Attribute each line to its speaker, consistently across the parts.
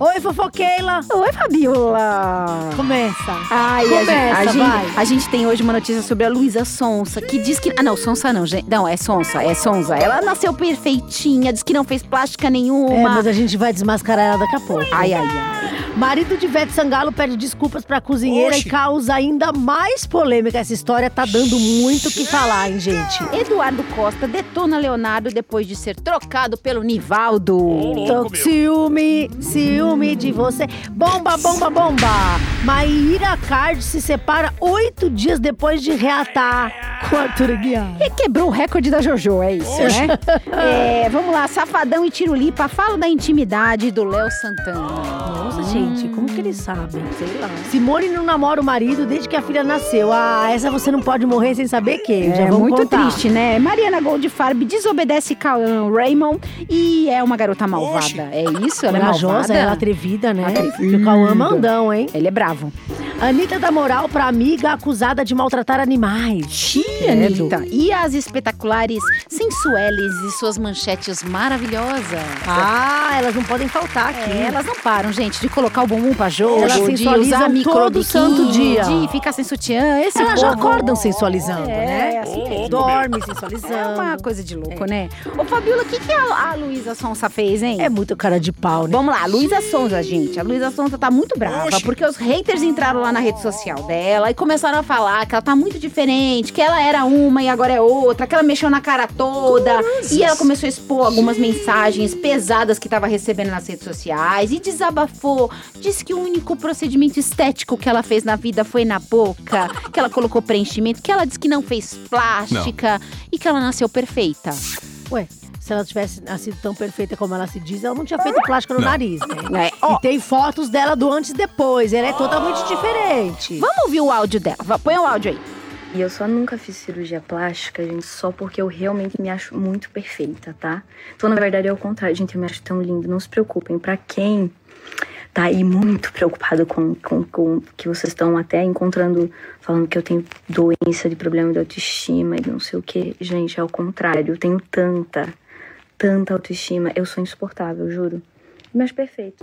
Speaker 1: Oi, fofoqueila!
Speaker 2: Oi, Fabiola!
Speaker 1: Começa.
Speaker 2: Ai, a
Speaker 1: Começa,
Speaker 2: gente- a,
Speaker 1: vai.
Speaker 2: gente, a gente tem hoje uma notícia sobre a Luísa Sonsa, que diz que. Ah, não, Sonsa não, gente. Não, é Sonsa, é Sonsa. Ela nasceu perfeitinha, diz que não fez plástica
Speaker 1: É,
Speaker 2: nenhuma.
Speaker 1: mas a gente vai desmascarar ela daqui a pouco.
Speaker 2: Ai, ai, ai.
Speaker 1: Marido de Ivete Sangalo pede desculpas pra cozinheira
Speaker 3: Oxi.
Speaker 1: e causa ainda mais polêmica. Essa história tá dando muito o que falar, hein, gente?
Speaker 2: Eduardo Costa detona Leonardo depois de ser trocado pelo Nivaldo.
Speaker 1: Tô com ciúme, ciúme de você. Bomba, bomba, bomba! Maíra Card se separa oito dias depois de reatar com Arthur Guiar.
Speaker 2: E quebrou o recorde da JoJo, é isso, né? É, vamos lá, Safadão e Tirulipa falam da intimidade do Léo Santana.
Speaker 1: Nossa, gente, como que eles sabem? Sei lá. Simone não namora o marido desde que a filha nasceu. Ah, essa você não pode morrer sem saber quem. Já
Speaker 2: É
Speaker 1: vamos
Speaker 2: muito
Speaker 1: contar.
Speaker 2: triste, né? Mariana Goldfarb desobedece Cauã Raymond e é uma garota malvada.
Speaker 3: Oxi.
Speaker 2: É isso? Ela é malvada?
Speaker 1: Corajosa, ela é atrevida, né?
Speaker 2: Atrevida.
Speaker 1: O Cauã mandão, hein?
Speaker 2: Ele é bravo.
Speaker 1: Anitta dá moral pra amiga acusada de maltratar animais. É,
Speaker 2: Tia, Anitta. E as espetaculares sensueles e suas manchetes maravilhosas.
Speaker 1: Ah, elas não podem faltar aqui.
Speaker 2: É, elas não param, gente, de colocar o bumbum pra jogo,
Speaker 1: Elas
Speaker 2: de usar
Speaker 1: sensualizam
Speaker 2: micro
Speaker 1: todo santo dia.
Speaker 2: de ficar sem sutiã. Esse
Speaker 1: Elas já
Speaker 2: povo-
Speaker 1: acordam sensualizando,
Speaker 2: É,
Speaker 1: né?
Speaker 2: é assim mesmo.
Speaker 1: Dorme
Speaker 2: É
Speaker 1: sensualizando.
Speaker 2: uma coisa de louco, né? Ô, Fabiola, o que, que a, a Luísa Sonsa fez, hein?
Speaker 1: É muito cara de pau, né?
Speaker 2: Vamos lá, Luísa Sonza, gente. A Luísa Sonza tá muito brava,
Speaker 3: Oxi.
Speaker 2: porque os haters entraram lá na rede social dela e começaram a falar que ela tá muito diferente, que ela era uma e agora é outra, que ela mexeu na cara toda. E ela começou a expor algumas mensagens pesadas que tava recebendo nas redes sociais e desabafou. Diz que o único procedimento estético que ela fez na vida foi na boca, que ela colocou preenchimento, que ela disse que não fez plástica e que ela nasceu perfeita.
Speaker 1: Ué, se ela tivesse nascido tão perfeita como ela se diz, ela não tinha feito plástica no nariz, né?
Speaker 2: É, ó,
Speaker 1: E tem fotos dela do antes e depois. Ela é totalmente diferente.
Speaker 2: vamos ouvir o áudio dela. Vá, Põe o áudio aí.
Speaker 4: E eu só nunca fiz cirurgia plástica, gente, só porque eu realmente me acho muito perfeita, tá? Então, na verdade, é o contrário, gente, eu me acho tão linda. Não se preocupem, pra quem tá aí muito preocupado com, com, com que vocês estão até encontrando, falando que eu tenho doença de problema de autoestima e não sei o que, gente, é o contrário. Eu tenho tanta, tanta autoestima. Eu sou insuportável, juro. Mas perfeito.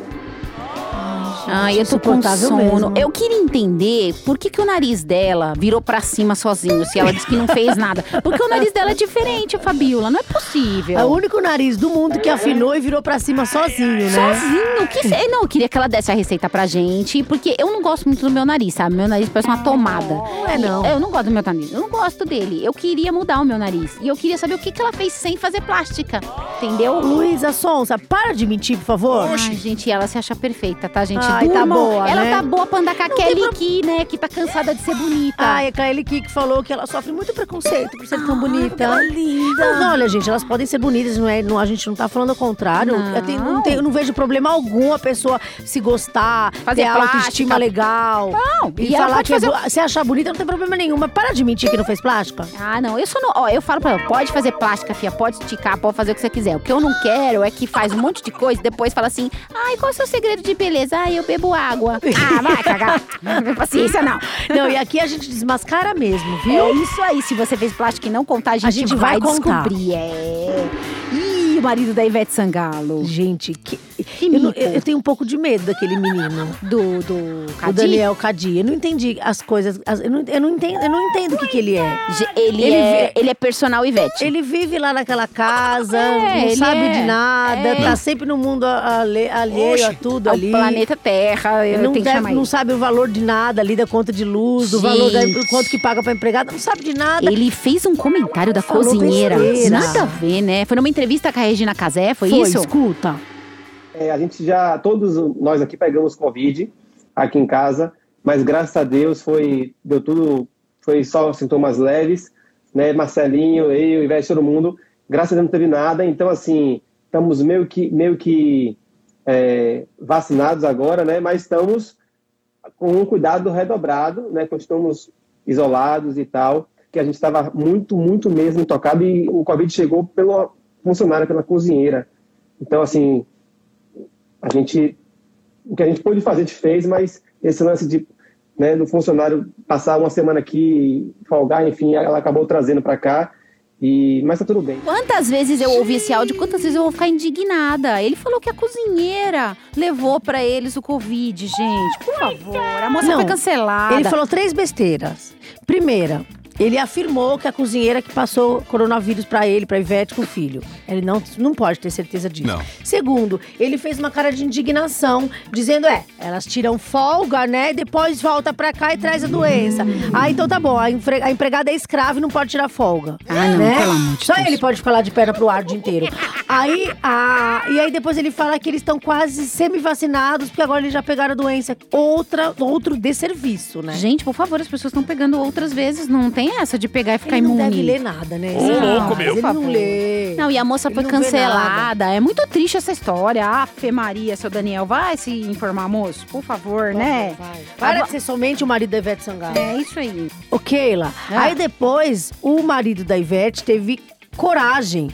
Speaker 2: Ai, eu tô com
Speaker 1: insuportável
Speaker 2: sono.
Speaker 1: mesmo.
Speaker 2: Eu queria entender por que, que o nariz dela virou pra cima sozinho, se ela disse que não fez nada. Porque o nariz dela é diferente, Fabiola. Não é
Speaker 1: É o
Speaker 2: possível.
Speaker 1: único nariz do mundo que afinou e virou pra cima sozinho, né?
Speaker 2: Sozinho, que se- Não, eu queria que ela desse a receita pra gente, porque eu não gosto muito do meu nariz, sabe? Meu nariz parece uma tomada. Não
Speaker 1: é, não.
Speaker 2: Eu não gosto do meu nariz, eu não gosto dele. Eu queria mudar o meu nariz. E eu queria saber o que, que ela fez sem fazer plástica, entendeu?
Speaker 1: Luísa Sonsa, para de mentir, por favor.
Speaker 2: Ai, gente, ela se acha perfeita, tá, gente?
Speaker 1: Ai, tá
Speaker 2: Durmam.
Speaker 1: boa,
Speaker 2: Ela
Speaker 1: né?
Speaker 2: tá boa pra andar com a
Speaker 1: tem
Speaker 2: Kelly Key, né? Que tá cansada de ser bonita.
Speaker 1: Ai, a Kylie Kik falou que ela sofre muito preconceito por ser
Speaker 2: Ah,
Speaker 1: tão bonita. é
Speaker 2: é
Speaker 1: linda. Mas olha, gente, elas podem ser bonitas, não é? Não, a gente não tá falando o contrário.
Speaker 2: Não.
Speaker 1: Eu, tenho- não tenho- não vejo problema algum a pessoa se gostar,
Speaker 2: Fazer
Speaker 1: ter
Speaker 2: plástica.
Speaker 1: autoestima legal.
Speaker 2: Não,
Speaker 1: E,
Speaker 2: ela
Speaker 1: falar
Speaker 2: pode
Speaker 1: que é
Speaker 2: fazer.
Speaker 1: boa- se achar bonita não tem problema nenhum, mas para de mentir que não fez plástica.
Speaker 2: Ah, não, eu só não. Ó, eu falo pra ela, pode fazer plástica, fia, pode esticar, pode fazer o que você quiser. O que eu não quero é que faz um monte de coisa e depois fala assim: ai, qual é o seu segredo de beleza? Ai, eu bebo água. Ah, vai cagar. Não tem paciência, não.
Speaker 1: Não, e aqui a gente desmascara mesmo, viu?
Speaker 2: É isso aí, se você fez plástica e não contar, a gente,
Speaker 1: gente vai
Speaker 2: vai,
Speaker 1: contar.
Speaker 2: descobrir. É. Ih, o marido da Ivete Sangalo.
Speaker 1: Gente, que,
Speaker 2: Que
Speaker 1: eu, não-
Speaker 2: mico.
Speaker 1: eu- eu tenho um pouco de medo daquele menino.
Speaker 2: Do, do
Speaker 1: O
Speaker 2: Cadi.
Speaker 1: Daniel Cadi. Eu não entendi as coisas. as- eu, não, eu não entendo, eu não entendo o que, que ele é.
Speaker 2: Ge- Ele,
Speaker 1: Ele
Speaker 2: é, ele é personal Ivete.
Speaker 1: Ele vive lá naquela casa,
Speaker 2: É,
Speaker 1: não
Speaker 2: ele
Speaker 1: sabe
Speaker 2: é.
Speaker 1: de nada,
Speaker 2: É.
Speaker 1: tá sempre no mundo a- ale- alheio a
Speaker 3: Oxe,
Speaker 1: tudo
Speaker 2: É
Speaker 1: ali.
Speaker 2: o planeta Terra, eu
Speaker 1: não,
Speaker 2: tenho que
Speaker 1: deve-
Speaker 2: chamar
Speaker 1: não
Speaker 2: ele.
Speaker 1: sabe o valor de nada ali da conta de luz, do valor da,
Speaker 2: Gente.
Speaker 1: do quanto que paga pra empregada, não sabe de nada.
Speaker 2: Ele fez um comentário da
Speaker 1: Falou
Speaker 2: cozinheira.
Speaker 1: besteira.
Speaker 2: Nada a ver, né? Foi numa entrevista com a Regina Casé, foi, isso?
Speaker 1: escuta.
Speaker 5: É, a gente já, todos nós aqui pegamos Covid aqui em casa, mas graças a Deus foi, deu tudo, foi só sintomas leves, né? Marcelinho, eu, Ivete, todo mundo, graças a Deus não teve nada, então assim, estamos meio que, meio que é, vacinados agora, né? Mas estamos com um cuidado redobrado, né? Continuamos isolados e tal, que a gente estava muito, muito mesmo intocado e o Covid chegou pela funcionária, pela cozinheira. Então, assim, a gente o que a gente pôde fazer a gente fez mas esse lance de né, do funcionário passar uma semana aqui folgar enfim ela acabou trazendo para cá E, mas tá tudo bem.
Speaker 2: Quantas vezes eu ouvi esse áudio, quantas vezes eu vou ficar indignada. Ele falou que a cozinheira levou pra eles o Covid, gente. Por favor, a moça
Speaker 1: Não.
Speaker 2: foi cancelada.
Speaker 1: Ele falou três besteiras. Primeira, ele afirmou que a cozinheira que passou coronavírus pra ele, pra Ivete, com o filho. Ele não, não pode ter certeza disso.
Speaker 3: Não.
Speaker 1: Segundo, ele fez uma cara de indignação, dizendo: é, elas tiram folga, né? Depois volta pra cá e traz a doença. Ah, então tá bom, a, empre- a empregada é escrava e não pode tirar folga.
Speaker 2: Ah, não,
Speaker 1: né?
Speaker 2: pelo amor de
Speaker 1: Só
Speaker 2: Deus.
Speaker 1: ele pode ficar lá de perna pro ar o dia inteiro. Aí, a, e aí depois ele fala que eles estão quase semi-vacinados, porque agora eles já pegaram a doença. Outra, outro desserviço, né?
Speaker 2: Gente, por favor, as pessoas estão pegando outras vezes. Não tem essa de pegar e ficar
Speaker 1: ele não
Speaker 2: imune.
Speaker 1: deve ler nada, né?
Speaker 3: Ô,
Speaker 1: Esse
Speaker 3: louco,
Speaker 1: rapaz,
Speaker 3: meu.
Speaker 1: Ele
Speaker 2: Por
Speaker 1: não
Speaker 2: favor.
Speaker 1: lê.
Speaker 2: Não, e a moça
Speaker 1: Ele
Speaker 2: foi
Speaker 1: não vê
Speaker 2: cancelada. É muito triste essa história. Ah, Fê Maria, seu Daniel, vai se informar, moço, por favor, né?
Speaker 1: Para
Speaker 2: Agora-
Speaker 1: de ser somente o marido da Ivete Sangalo.
Speaker 2: É isso aí.
Speaker 1: Ô, Keila.
Speaker 2: É.
Speaker 1: Aí depois, o marido da Ivete teve coragem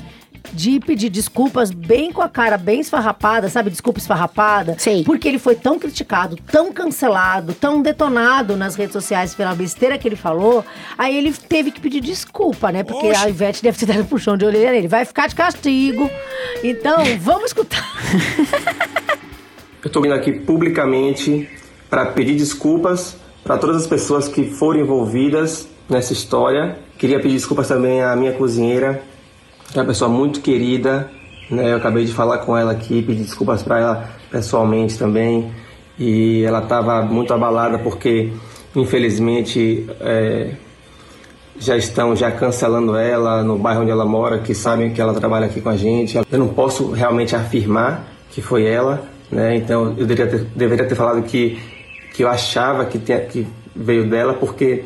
Speaker 1: de pedir desculpas bem com a cara bem esfarrapada, sabe? Desculpa esfarrapada.
Speaker 2: Sei.
Speaker 1: Porque ele foi tão criticado, tão cancelado, tão detonado nas redes sociais pela besteira que ele falou. Aí ele teve que pedir desculpa, né? Porque
Speaker 3: Oxe.
Speaker 1: a Ivete deve ter dado um puxão de orelha nele. Vai ficar de castigo. Então, vamos escutar.
Speaker 6: Eu estou vindo aqui publicamente para pedir desculpas para todas as pessoas que foram envolvidas nessa história. Queria pedir desculpas também à minha cozinheira, que é uma pessoa muito querida. Né? Eu acabei de falar com ela aqui, pedir desculpas para ela pessoalmente também. E ela estava muito abalada porque, infelizmente, é, já estão já cancelando ela no bairro onde ela mora, que sabem que ela trabalha aqui com a gente. Eu não posso realmente afirmar que foi ela, né? Então eu deveria ter, deveria ter falado que, que eu achava que, tinha- que veio dela, porque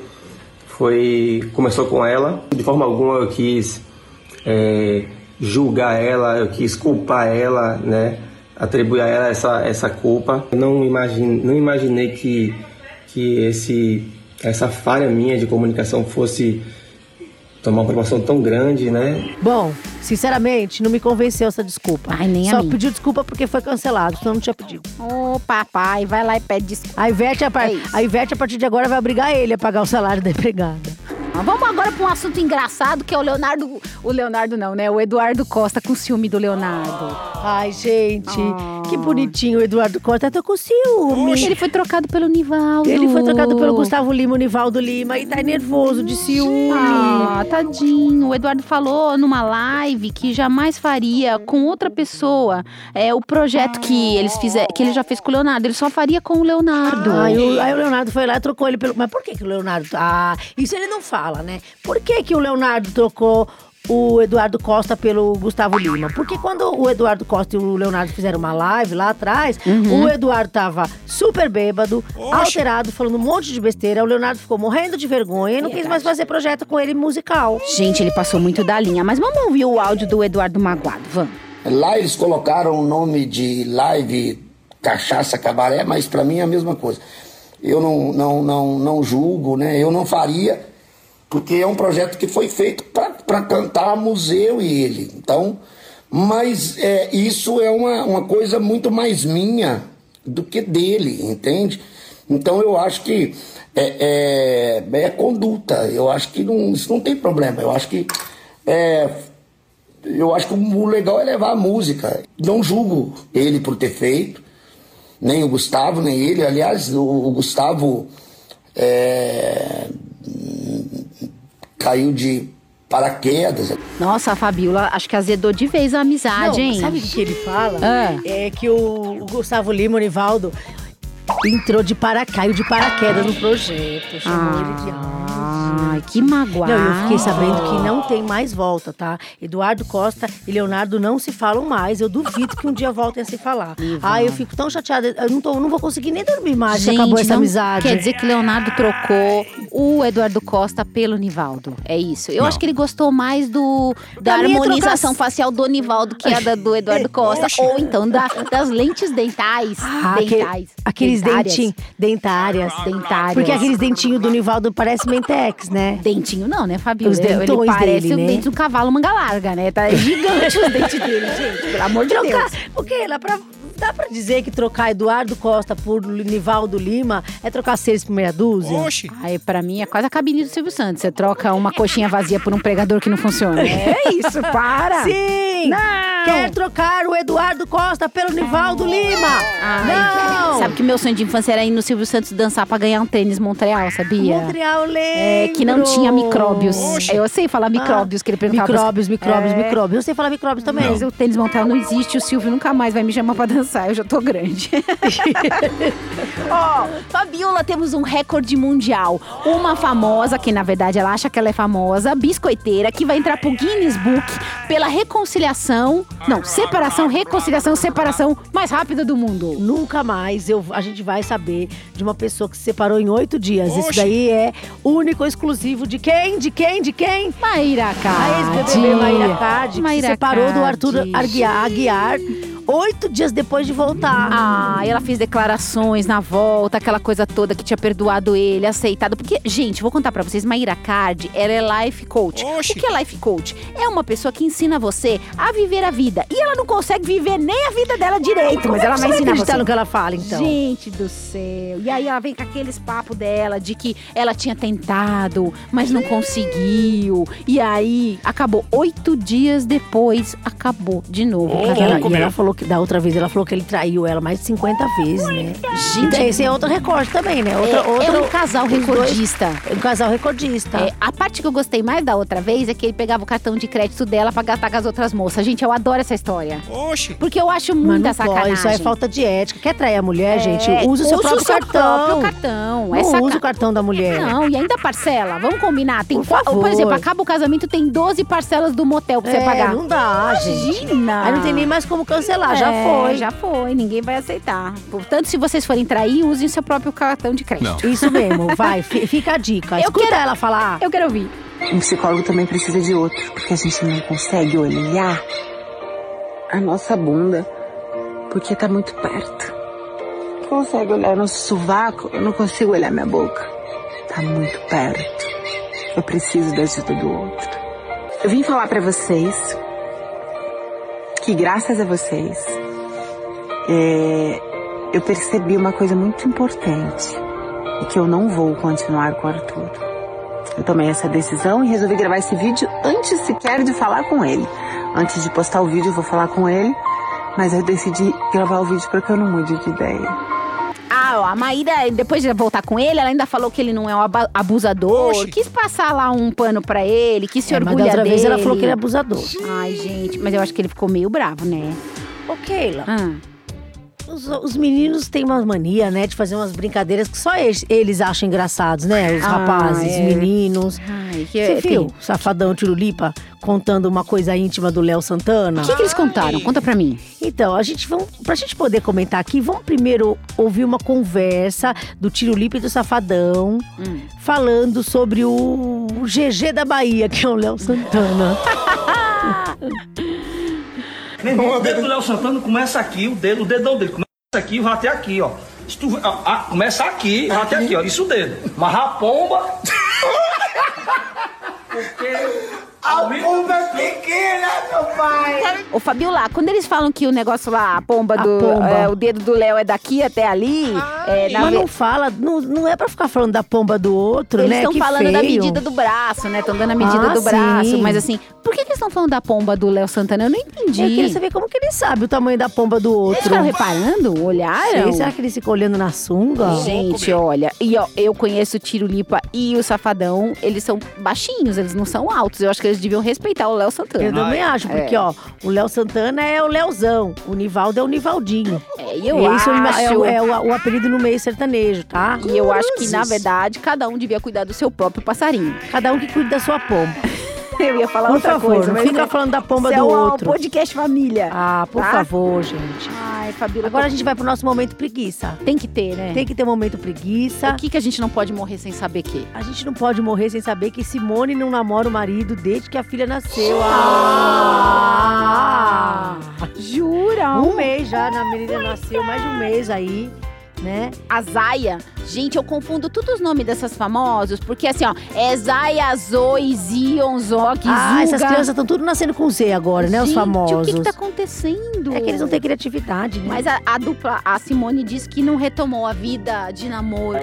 Speaker 6: foi começou com ela. De forma alguma eu quis é, julgar ela, eu quis culpar ela, né? Atribuir a ela essa, essa culpa. Eu não, imagine, não imaginei que, que esse, essa falha minha de comunicação fosse tomar uma proporção tão grande, né?
Speaker 1: Bom, sinceramente, não me convenceu essa desculpa.
Speaker 2: Ai, nem a
Speaker 1: Só
Speaker 2: mim.
Speaker 1: pediu desculpa porque foi cancelado, senão não tinha pedido.
Speaker 2: Ô, papai, vai lá e pede desculpa.
Speaker 1: A Ivete, a, par-
Speaker 2: É isso.
Speaker 1: a Ivete, a partir de agora, vai obrigar ele a pagar o salário da empregada.
Speaker 2: Vamos agora pra um assunto engraçado, que é o Leonardo... O Leonardo não, né? O Eduardo Costa com ciúme do Leonardo.
Speaker 1: Ai, gente,
Speaker 2: Ah.
Speaker 1: que bonitinho o Eduardo Costa. Eu tô com ciúme.
Speaker 2: Ele foi trocado pelo Nivaldo.
Speaker 1: Ele foi trocado pelo Gustavo Lima, o Nivaldo Lima, e tá nervoso de ciúme.
Speaker 2: Ah, tadinho. O Eduardo falou numa live que jamais faria com outra pessoa é, o projeto que eles fizeram, que ele já fez com o Leonardo. Ele só faria com o Leonardo.
Speaker 1: Ah, Aí o, aí o Leonardo foi lá e trocou ele pelo. Mas por que, que o Leonardo. Ah, isso ele não fala, né? Por que, que o Leonardo trocou o Eduardo Costa pelo Gustavo Lima? Porque quando o Eduardo Costa e o Leonardo fizeram uma live lá atrás, o Eduardo tava super bêbado, alterado, falando um monte de besteira. O Leonardo ficou morrendo de vergonha e não quis mais fazer projeto com ele musical.
Speaker 2: Gente, ele passou muito da linha, mas vamos ouvir o áudio do Eduardo Maguado. Vamos.
Speaker 7: Lá eles colocaram o nome de live cachaça cabaré, mas para mim é a mesma coisa. Eu não, não, não, não julgo, né? Eu não faria, porque é um projeto que foi feito para cantar museu e ele. Então, mas é, isso é uma, uma coisa muito mais minha do que dele, entende? Então eu acho que é, é, é conduta. Eu acho que não, isso não tem problema. Eu acho que é, eu acho que o legal é levar a música. Não julgo ele por ter feito, nem o Gustavo, nem ele. Aliás, o, o Gustavo é, caiu de paraquedas.
Speaker 2: Nossa, a Fabiola acho que azedou de vez a
Speaker 1: Ah,
Speaker 2: amizade, hein?
Speaker 1: Sabe o que ele fala?
Speaker 2: Ah.
Speaker 1: É que o, o Gustavo Lima, o Nivaldo, entrou de paracaio de paraquedas no projeto. Chamou ele de Ah.
Speaker 2: Ai, que magoado.
Speaker 1: Não, eu fiquei sabendo que não tem mais volta, tá? Eduardo Costa e Leonardo não se falam mais. Eu duvido que um dia voltem a se falar. Ah, eu fico tão chateada. Eu não, tô, não vou conseguir nem dormir mais. que
Speaker 2: Gente,
Speaker 1: acabou essa
Speaker 2: não
Speaker 1: amizade.
Speaker 2: Quer dizer que Leonardo trocou o Eduardo Costa pelo Nivaldo. É isso. Eu
Speaker 3: Não.
Speaker 2: acho que ele gostou mais do da
Speaker 1: Pra mim é
Speaker 2: harmonização
Speaker 1: trocação.
Speaker 2: facial do Nivaldo que é da do Eduardo Costa. ou então da- das lentes dentais.
Speaker 1: Ah, aquele-
Speaker 2: dentais.
Speaker 1: aqueles
Speaker 2: dentárias.
Speaker 1: dentinhos. Dentárias.
Speaker 2: Dentárias.
Speaker 1: Porque aqueles dentinhos do Nivaldo parece Mentex, né?
Speaker 2: Dentinho não, né, Fabiola?
Speaker 1: Os
Speaker 2: ele
Speaker 1: dentões
Speaker 2: parece
Speaker 1: dele,
Speaker 2: o
Speaker 1: né?
Speaker 2: dente um do cavalo manga larga, né? Tá gigante os dentes dele, gente. Pelo amor de
Speaker 1: Trocar.
Speaker 2: Deus.
Speaker 1: O que? Ela pra Dá pra dizer que trocar Eduardo Costa por Nivaldo Lima é trocar seis por meia dúzia?
Speaker 3: Oxi.
Speaker 2: Aí, pra mim, é quase a cabine do Silvio Santos. Você troca uma coxinha vazia por um pregador que não funciona. É isso,
Speaker 1: Tá.
Speaker 2: para!
Speaker 1: Sim!
Speaker 2: Não!
Speaker 1: Quer trocar o Eduardo Costa pelo Nivaldo Lima? não!
Speaker 2: Sabe que meu sonho de infância era ir no Silvio Santos dançar pra ganhar um tênis Montreal, sabia?
Speaker 1: Montreal
Speaker 2: É, que não
Speaker 1: lembro.
Speaker 2: tinha micróbios.
Speaker 3: Oxe.
Speaker 2: Eu sei falar micróbios, que ele perguntava. pra-
Speaker 1: É, Micróbios, micróbios,
Speaker 2: É.
Speaker 1: micróbios. Eu sei falar micróbios também.
Speaker 2: Mas o tênis Montreal não existe, o Silvio nunca mais vai me chamar pra dançar, eu já tô grande. Ó, Fabiola, temos um recorde mundial. Uma famosa, que na verdade ela acha que ela é famosa, biscoiteira, que vai entrar pro Guinness Book pela reconciliação, não, separação, reconciliação, separação mais rápida do mundo.
Speaker 1: Nunca mais eu- a gente vai saber de uma pessoa que se separou em oito dias. Isso
Speaker 3: Oxe.
Speaker 1: daí é único, exclusivo de quem? De quem? De quem?
Speaker 2: Mayra
Speaker 1: A
Speaker 2: Cardi.
Speaker 1: ex-BBB Maíra Cardi, que se
Speaker 2: Mayra
Speaker 1: separou do Arthur
Speaker 2: Cardi.
Speaker 1: Aguiar, Aguiar oito dias depois de voltar.
Speaker 2: Ah, e ela fez declarações na volta, aquela coisa toda que tinha perdoado ele, aceitado. Porque, gente, vou contar pra vocês, Maíra Cardi, ela é life coach.
Speaker 3: Oxi.
Speaker 2: O que é life coach? É uma pessoa que ensina você a viver a vida. E ela não consegue viver nem a vida dela direito, mas ela vai
Speaker 1: Você
Speaker 2: ensinar
Speaker 1: acreditar
Speaker 2: você.
Speaker 1: no que ela fala, então?
Speaker 2: Gente do céu. E aí ela vem com aqueles papos dela de que ela tinha tentado, mas não conseguiu. E aí acabou. Oito dias depois, acabou de novo. É,
Speaker 3: Ô,
Speaker 1: Mas ela-
Speaker 2: um
Speaker 3: louco,
Speaker 1: e ela
Speaker 3: meu.
Speaker 1: falou que da outra vez ela falou que ele traiu ela mais de 50 vezes, né?
Speaker 2: Gente,
Speaker 1: Esse é outro recorde também, né?
Speaker 2: é,
Speaker 1: Outra,
Speaker 2: é
Speaker 1: outra-
Speaker 2: um casal
Speaker 1: os dois-
Speaker 2: recordista.
Speaker 1: é um casal recordista.
Speaker 2: É, a parte que eu gostei mais da outra vez é que ele pegava o cartão de crédito dela pra gastar com as outras moças. Gente, eu adoro essa história.
Speaker 3: Oxe.
Speaker 2: Porque eu acho
Speaker 1: Mas
Speaker 2: muita
Speaker 1: não pode,
Speaker 2: sacanagem.
Speaker 1: isso aí é falta de ética. Quer trair a mulher, gente?
Speaker 2: É,
Speaker 1: Usa o seu próprio cartão.
Speaker 2: próprio cartão.
Speaker 1: Não
Speaker 2: é saca- É,
Speaker 1: usa o cartão da mulher.
Speaker 2: Não, e ainda parcela. Vamos combinar. Tem
Speaker 1: Por
Speaker 2: qua-
Speaker 1: favor.
Speaker 2: Por exemplo, acaba o casamento, tem 12 parcelas do motel pra
Speaker 1: É,
Speaker 2: você pagar.
Speaker 1: Não dá, gente.
Speaker 2: Imagina!
Speaker 1: Aí não tem nem mais como cancelar, já
Speaker 2: É,
Speaker 1: foi.
Speaker 2: Já foi, ninguém vai aceitar. Portanto, se vocês forem trair, usem seu próprio cartão de crédito.
Speaker 3: Não.
Speaker 1: Isso mesmo, vai, fi- fica a dica.
Speaker 2: Eu
Speaker 1: Escuta
Speaker 2: quero-
Speaker 1: ela falar.
Speaker 2: Eu quero ouvir.
Speaker 8: Um psicólogo também precisa de outro, porque a gente não consegue olhar a nossa bunda porque tá muito perto. Não Consegue olhar nosso sovaco, eu não consigo olhar minha boca. Tá muito perto. Eu preciso da ajuda do outro. Eu vim falar pra vocês que graças a vocês é, eu percebi uma coisa muito importante. É que eu não vou continuar com o Arthur. Eu tomei essa decisão e resolvi gravar esse vídeo antes sequer de falar com ele. Antes de postar o vídeo, eu vou falar com ele. Mas eu decidi gravar o vídeo para que eu não mude de ideia.
Speaker 2: Ah, ó, a Maíra, depois de voltar com ele, ela ainda falou que ele não é um aba- abusador.
Speaker 3: Oxi.
Speaker 2: Quis passar lá um pano pra ele, que se
Speaker 1: É, mas
Speaker 2: orgulha
Speaker 1: da outra
Speaker 2: dele.
Speaker 1: vez ela falou que ele é abusador.
Speaker 2: Ai, gente, mas eu acho que ele ficou meio bravo, né?
Speaker 1: Ô, Keila,
Speaker 2: Ah,
Speaker 1: os, os meninos têm uma mania, né, de fazer umas brincadeiras que só eles, eles acham engraçados, né? Os
Speaker 2: Ah,
Speaker 1: rapazes,
Speaker 2: é.
Speaker 1: meninos.
Speaker 2: ai, que
Speaker 1: Você viu
Speaker 2: tem-
Speaker 1: o safadão Tirulipa contando uma coisa íntima do Léo Santana?
Speaker 2: O que, que eles contaram? Conta pra mim.
Speaker 1: Então, a gente vamos, pra gente poder comentar aqui, vamos primeiro ouvir uma conversa do Tirulipa e do Safadão falando sobre o GG da Bahia, que é o Léo Santana.
Speaker 9: Meu irmão, o dedo do Léo Santana começa aqui, o dedo, o dedão dele começa aqui e vai até aqui, ó. Se tu- ah, ah, começa aqui, vai até aqui, ó. Isso o dedo. Mas a pomba. Porque. A pomba é
Speaker 2: Ô, Fabiola, quando eles falam que o negócio lá, a pomba
Speaker 1: A
Speaker 2: do.
Speaker 1: pomba.
Speaker 2: é, o dedo do Léo é daqui até ali. é, na
Speaker 1: Mas
Speaker 2: ve-
Speaker 1: não fala, não, não é pra ficar falando da pomba do outro,
Speaker 2: Eles
Speaker 1: né?
Speaker 2: estão
Speaker 1: Que
Speaker 2: falando da
Speaker 1: feio.
Speaker 2: medida do braço, né? Estão dando a medida
Speaker 1: Ah,
Speaker 2: do braço.
Speaker 1: sim.
Speaker 2: Mas assim, por que, que eles estão falando da pomba do Léo Santana? Eu não entendi.
Speaker 1: Eu queria saber como que ele sabe o tamanho da pomba do
Speaker 2: Eles
Speaker 1: outro.
Speaker 2: ficaram reparando? Olharam?
Speaker 1: Sei, será que ele fica olhando na sunga?
Speaker 2: Gente, olha, e ó, eu conheço o Tiro Lipa e o Safadão, eles são baixinhos, eles não são altos. Eu acho que eles deviam respeitar o Léo
Speaker 1: Eu
Speaker 2: Santana.
Speaker 1: também acho, porque, ó, o Léo Santana é o Leozão, o Nivaldo é o Nivaldinho.
Speaker 2: É, e eu
Speaker 1: Esse é o-
Speaker 2: acho.
Speaker 1: é, o, é o- o apelido no meio sertanejo, tá?
Speaker 2: E eu acho que, na verdade, cada um devia cuidar do seu próprio passarinho.
Speaker 1: Cada um que cuida da sua pomba.
Speaker 2: Eu ia falar
Speaker 1: Por
Speaker 2: outra
Speaker 1: favor,
Speaker 2: coisa,
Speaker 1: não
Speaker 2: mas
Speaker 1: fica
Speaker 2: né,
Speaker 1: falando da pomba
Speaker 2: isso é
Speaker 1: do
Speaker 2: um
Speaker 1: outro.
Speaker 2: podcast família.
Speaker 1: Ah, por
Speaker 2: Tá?
Speaker 1: favor, gente.
Speaker 2: Ai, tá Fabíola,
Speaker 1: Agora
Speaker 2: tô-
Speaker 1: a gente vai pro nosso momento preguiça.
Speaker 2: Tem que ter, né? Tá?
Speaker 1: Tem que ter um momento
Speaker 2: O
Speaker 1: preguiça.
Speaker 2: que, que a gente não pode morrer sem saber que?
Speaker 1: A gente não pode morrer sem saber que Simone não namora o marido desde que a filha nasceu. Ah!
Speaker 2: Jura? Ah!
Speaker 1: Um mês já, na menina nasceu mais de um mês aí. né?
Speaker 2: A Zaya. Gente, eu confundo todos os nomes dessas famosas, porque assim, ó, é Zaya, Zoe, Zion, Zog,
Speaker 1: Ah,
Speaker 2: Zuga.
Speaker 1: essas crianças estão tudo nascendo com Z agora, né? Os
Speaker 2: Gente,
Speaker 1: famosos.
Speaker 2: o que que tá acontecendo?
Speaker 1: É que eles não têm criatividade, né?
Speaker 2: Mas a, a dupla, a Simone diz que não retomou a vida de namoro.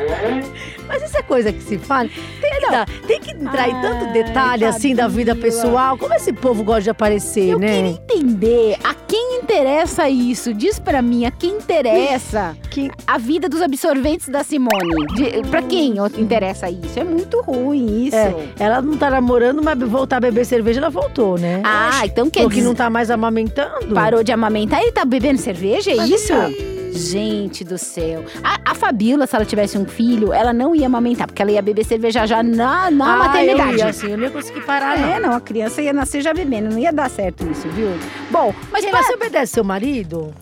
Speaker 1: Mas isso é coisa que se fala. Tem que, dar- tem que entrar em tanto
Speaker 2: Então, Ai,
Speaker 1: detalhe assim da vida
Speaker 2: Fabiola.
Speaker 1: pessoal. Como esse povo gosta de aparecer,
Speaker 2: Eu
Speaker 1: né?
Speaker 2: queria entender a quem interessa isso. Diz pra mim, a quem interessa
Speaker 1: Que-
Speaker 2: a vida dos absorventes da Simone. De, pra quem interessa isso? É muito ruim isso.
Speaker 1: É, ela não tá namorando, mas voltar a beber cerveja, ela voltou, né?
Speaker 2: Ah, então quer
Speaker 1: Porque
Speaker 2: dizer...
Speaker 1: não tá mais amamentando?
Speaker 2: Parou de amamentar e tá bebendo cerveja, é
Speaker 1: Mas
Speaker 2: isso?
Speaker 1: tá.
Speaker 2: Gente do céu. A, a Fabíola, se ela tivesse um filho, ela não ia amamentar, porque ela ia beber cerveja já na, na
Speaker 1: ah,
Speaker 2: maternidade.
Speaker 1: Eu ia, assim, eu não ia conseguir parar, não.
Speaker 2: É, não, a criança ia nascer já bebendo, não ia dar certo isso, viu? Bom, mas
Speaker 1: Mas
Speaker 2: pra-
Speaker 1: você obedece seu marido?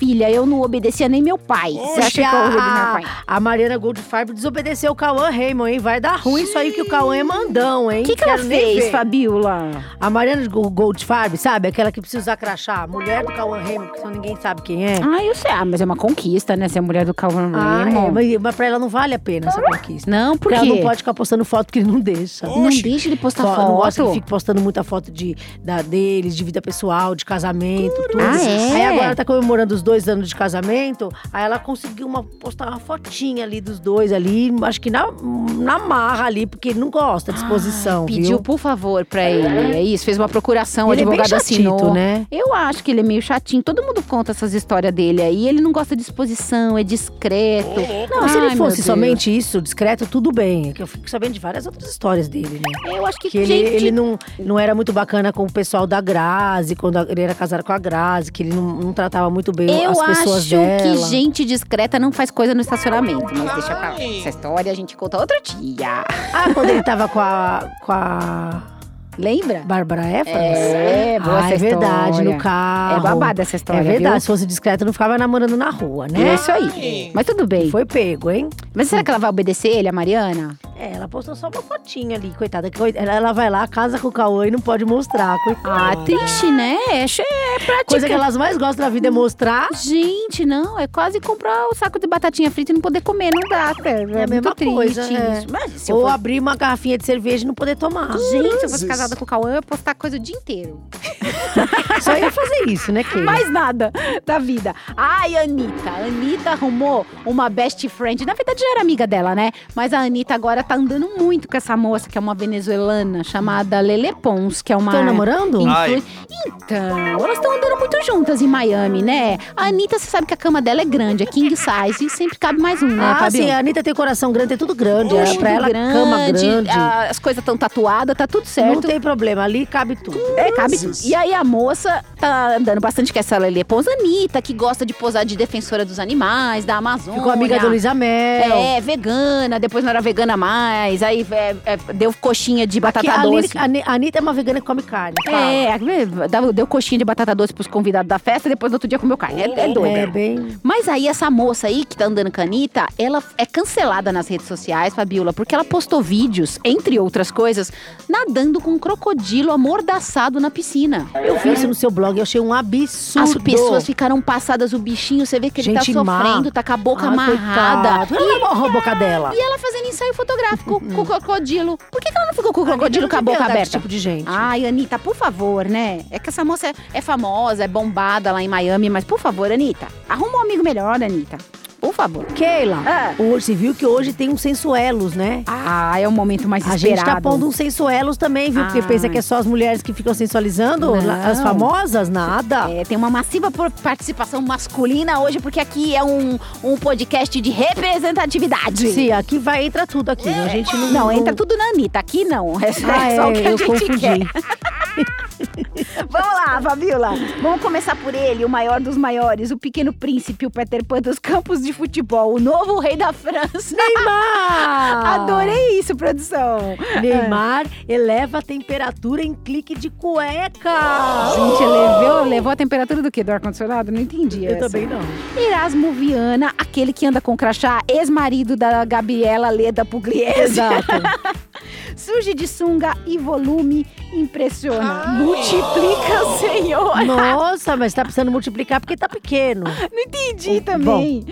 Speaker 2: filha, eu não obedecia nem meu pai. Você acha que eu ouvi meu pai?
Speaker 1: a, a Mariana Goldfarb desobedeceu o Cauã Raymond, hein? Vai dar ruim isso aí que o Cauã é mandão, hein?
Speaker 2: O que, que ela
Speaker 1: Quero nem
Speaker 2: fez,
Speaker 1: ver.
Speaker 2: Fabiola?
Speaker 1: A Mariana Go- Goldfarb, sabe? Aquela que precisa usar crachá. Mulher do Cauã Raymond, porque senão ninguém sabe quem é.
Speaker 2: Ah, eu sei. Ah, mas é uma conquista, né? Ser a mulher do Calvin
Speaker 1: Ah,
Speaker 2: Raymond.
Speaker 1: é, mas, mas pra ela não vale a pena essa conquista.
Speaker 2: Não, por
Speaker 1: Porque ela
Speaker 2: quê?
Speaker 1: não pode ficar postando foto porque ele não deixa.
Speaker 2: Não deixa ele postar
Speaker 1: Fo- Não gosta que
Speaker 2: foto.
Speaker 1: fique postando muita foto de, da, deles, de vida pessoal, de casamento, tudo.
Speaker 2: Ah, é?
Speaker 1: Aí agora ela tá comemorando os dois anos de casamento, aí ela conseguiu uma, postar uma fotinha ali dos dois ali, acho que na, na marra ali, porque ele não gosta de exposição,
Speaker 2: Pediu,
Speaker 1: viu?
Speaker 2: por favor, pra ele. É isso, fez uma procuração, o
Speaker 1: ele é bem
Speaker 2: advogado
Speaker 1: chatito,
Speaker 2: assinou.
Speaker 1: né?
Speaker 2: Eu acho que ele é meio chatinho. Todo mundo conta essas histórias dele aí. Ele não gosta de exposição, é discreto.
Speaker 1: Não, se
Speaker 2: Ai,
Speaker 1: ele
Speaker 2: meu
Speaker 1: fosse
Speaker 2: Deus.
Speaker 1: somente isso, discreto, tudo bem. É que eu fico sabendo de várias outras histórias dele, né?
Speaker 2: Eu acho que,
Speaker 1: Que ele,
Speaker 2: gente,
Speaker 1: ele não, não era muito bacana com o pessoal da Grazi, quando a- ele era casado com a Grazi, que ele não, não tratava muito bem
Speaker 2: Eu
Speaker 1: as pessoas
Speaker 2: acho
Speaker 1: dela.
Speaker 2: que gente discreta não faz coisa no estacionamento. Mas deixa pra lá. Essa história a gente conta outro dia.
Speaker 1: Ah, quando ele tava com a. com a.
Speaker 2: Lembra?
Speaker 1: Bárbara Efras?
Speaker 2: É, boa
Speaker 1: ah,
Speaker 2: essa
Speaker 1: é verdade,
Speaker 2: história.
Speaker 1: no carro.
Speaker 2: É babada essa história,
Speaker 1: É verdade,
Speaker 2: viu?
Speaker 1: se fosse discreto, não ficava namorando na rua,
Speaker 2: É
Speaker 1: né?
Speaker 2: isso aí. Mas tudo bem.
Speaker 1: Foi pego, hein?
Speaker 2: Mas será que ela vai obedecer ele, a Mariana?
Speaker 1: É, ela postou só uma fotinha ali, coitada. que coi- Ela ela vai lá, casa com o Cauã e não pode mostrar,
Speaker 2: Ah,
Speaker 1: coitada.
Speaker 2: triste, né? É, che- é prática.
Speaker 1: Coisa que elas mais gostam da vida é mostrar.
Speaker 2: Gente, não, é quase comprar o saco de batatinha frita e não poder comer, não dá. É,
Speaker 1: a
Speaker 2: é muito
Speaker 1: mesma
Speaker 2: triste
Speaker 1: coisa, é.
Speaker 2: isso. Mas se eu
Speaker 1: Ou
Speaker 2: fosse-
Speaker 1: abrir uma garrafinha de cerveja e não poder tomar.
Speaker 2: Gente, se eu fosse casada com o Cauã, eu ia postar coisa o dia inteiro.
Speaker 1: Só ia fazer isso, né, Keila?
Speaker 2: Mais nada da vida. Ai, Anitta. A Anitta arrumou uma best friend. Na verdade, já era amiga dela, né? Mas a Anitta agora tá andando muito com essa moça, que é uma venezuelana, chamada Lele Pons, que é uma.
Speaker 1: Estão namorando?
Speaker 9: Ah. Ai.
Speaker 2: Influ- Então, elas estão andando muito juntas em Miami, né? A Anitta, você sabe que a cama dela é grande, é king size, e sempre cabe mais um, né,
Speaker 1: Ah,
Speaker 2: Fabio?
Speaker 1: sim, a Anitta tem coração grande, é tudo grande. é,
Speaker 2: Tudo
Speaker 1: pra ela, cama grande.
Speaker 2: a- as coisas estão tatuadas, tá tudo
Speaker 1: Não
Speaker 2: certo.
Speaker 1: tem problema, ali cabe tudo.
Speaker 2: É, cabe. E aí a moça tá andando bastante com essa Lele Ponzanita, que gosta de posar de defensora dos animais, da Amazônia.
Speaker 1: Ficou amiga do Luísa Mel.
Speaker 2: É, vegana, depois não era vegana mais, aí é, é, deu coxinha de batata
Speaker 1: Que a, Lili-
Speaker 2: tá, doce.
Speaker 1: a Ne- a Anitta é uma vegana que come carne. fala.
Speaker 2: É, dava- deu coxinha de batata doce pros convidados da festa, depois no outro dia comeu carne. É, é doida.
Speaker 1: É, bem.
Speaker 2: Mas aí essa moça aí que tá andando com a Anitta, ela é cancelada nas redes sociais, Fabiola, porque ela postou vídeos, entre outras coisas, nadando com um crocodilo amordaçado na piscina.
Speaker 1: Eu vi isso no seu blog, eu achei um absurdo.
Speaker 2: As pessoas ficaram passadas, o bichinho, você vê que ele
Speaker 1: Gente
Speaker 2: tá
Speaker 1: má.
Speaker 2: sofrendo, tá com a boca
Speaker 1: Ai,
Speaker 2: amarrada.
Speaker 1: coitado. Ela amarrou a boca dela.
Speaker 2: E ela fazendo ensaio fotográfico
Speaker 1: Uhum.
Speaker 2: com o crocodilo. Por que, que ela não Ah. ficou com o crocodilo com a boca
Speaker 1: Ela é desse
Speaker 2: aberta?
Speaker 1: tipo de gente.
Speaker 2: Ai, Anitta, por favor, né? É que essa moça é, é famosa, é bombada lá em Miami, mas por favor, Anitta, arruma um amigo melhor, Anitta. Por favor.
Speaker 1: Keila,
Speaker 2: Ah.
Speaker 1: hoje, você viu que hoje tem um sensuelos, né?
Speaker 2: Ah, é o momento mais
Speaker 1: A gente
Speaker 2: esperado.
Speaker 1: tá pondo uns sensuelos também, viu? Porque
Speaker 2: Ai.
Speaker 1: pensa que é só as mulheres que ficam sensualizando,
Speaker 2: Ah. Não.
Speaker 1: lá- as famosas, nada.
Speaker 2: É, tem uma massiva por- participação masculina hoje, porque aqui é um, um podcast de representatividade.
Speaker 1: Sim, aqui vai, entra tudo aqui. A gente não.
Speaker 2: Não, entra tudo na Anitta. Aqui não. É só,
Speaker 1: Ah,
Speaker 2: é
Speaker 1: é,
Speaker 2: só o que a
Speaker 1: eu
Speaker 2: gente
Speaker 1: confundi.
Speaker 2: quer. Vamos lá, Fabiola. Vamos começar por ele, o maior dos maiores, o pequeno príncipe, o Peter Pan dos campos de futebol, o novo rei da França.
Speaker 1: Neymar!
Speaker 2: Ah, Adorei isso, produção.
Speaker 1: Ah. Neymar eleva a temperatura em clique de cueca.
Speaker 2: Gente, levou, levou a temperatura do quê? Do ar-condicionado? Não entendi
Speaker 1: Eu
Speaker 2: essa.
Speaker 1: também não.
Speaker 2: Erasmo Viana, aquele que anda com crachá, ex-marido da Gabriela Leda Pugliese.
Speaker 1: Exato.
Speaker 2: Surge de sunga e volume impressiona. Multiplica, senhor.
Speaker 1: Nossa, mas tá precisando multiplicar porque tá pequeno.
Speaker 2: Não entendi também.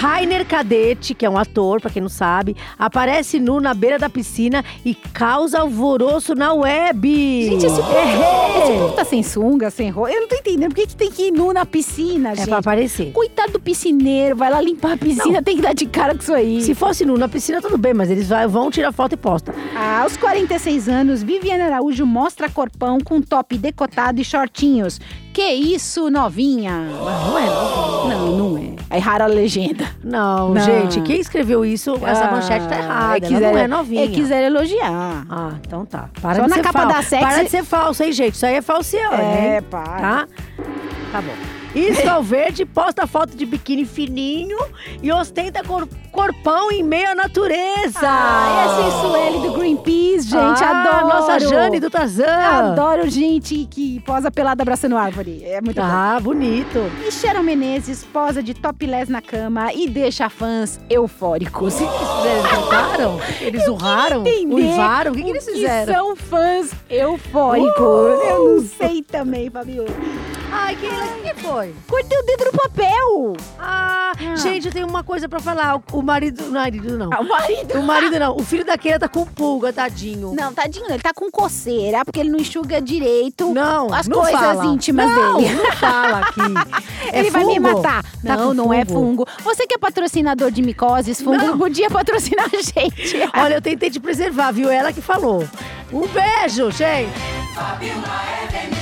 Speaker 1: Rainer Cadete, que é um ator, pra quem não sabe, aparece nu na beira da piscina e causa alvoroço na web. É
Speaker 2: Gente, esse povo,
Speaker 1: Errei.
Speaker 2: esse povo tá sem sunga, sem roupa. Eu não tô entendendo. Por que, que tem que ir nu na piscina,
Speaker 1: É
Speaker 2: gente?
Speaker 1: pra aparecer.
Speaker 2: Coitado do piscineiro, vai lá limpar a piscina, tem que dar de cara com isso aí.
Speaker 1: Se fosse nu na piscina, tudo bem, mas eles vai- vão tirar foto e posta.
Speaker 2: Ah, aos 46 anos, Viviane Araújo mostra corpão com top decotado e shortinhos. Que isso, novinha?
Speaker 1: Não é, não.
Speaker 2: Não, não é. É rara a legenda.
Speaker 1: Não,
Speaker 2: Não.
Speaker 1: gente, quem escreveu isso, essa
Speaker 2: Ah,
Speaker 1: manchete tá errada.
Speaker 2: é,
Speaker 1: Ela
Speaker 2: quiser-
Speaker 1: não é novinha.
Speaker 2: É quiser elogiar.
Speaker 1: Ah, então tá. Para
Speaker 2: Só
Speaker 1: de
Speaker 2: na
Speaker 1: ser
Speaker 2: capa
Speaker 1: falsa.
Speaker 2: da Sexy-
Speaker 1: Para de ser falso, hein, gente? Isso aí é falsião, hein?
Speaker 2: pá.
Speaker 1: Tá? Tá bom. Isso Verde posta foto de biquíni fininho e ostenta cor- corpão em meio à natureza.
Speaker 2: Ah, essa é a Sueli do Greenpeace, gente.
Speaker 1: Ah,
Speaker 2: adoro.
Speaker 1: Nossa Jane do Tarzan.
Speaker 2: Adoro gente que posa pelada abraçando árvore. É muito bom.
Speaker 1: Ah, bonito.
Speaker 2: E Sharon Menezes posa de topless na cama e deixa fãs eufóricos.
Speaker 1: Eles gritaram? Eles urraram?
Speaker 2: entender
Speaker 1: Uivaram? O que, que eles fizeram?
Speaker 2: são fãs eufóricos. Uh! Eu não sei também, Fabio.
Speaker 1: Ai, que, o que foi?
Speaker 2: Cortei o dedo no papel.
Speaker 1: Ah, gente, eu tenho uma coisa pra falar. O, o marido. O marido não.
Speaker 2: Ah, o marido.
Speaker 1: O marido não. O filho da Keira tá com pulga, tadinho.
Speaker 2: Não, tadinho, ele tá com coceira, porque ele não enxuga direito
Speaker 1: Não,
Speaker 2: as
Speaker 1: não
Speaker 2: coisas
Speaker 1: fala.
Speaker 2: íntimas
Speaker 1: Não,
Speaker 2: dele.
Speaker 1: Não fala aqui. É
Speaker 2: ele vai me
Speaker 1: fungo?
Speaker 2: matar.
Speaker 1: Tá
Speaker 2: não,
Speaker 1: com
Speaker 2: não é fungo. Você que é patrocinador de micoses, fungo,
Speaker 1: Não.
Speaker 2: podia patrocinar a gente.
Speaker 1: Olha, eu tentei te preservar, viu? Ela que falou. Um beijo, gente.
Speaker 3: Fabiola é veneno.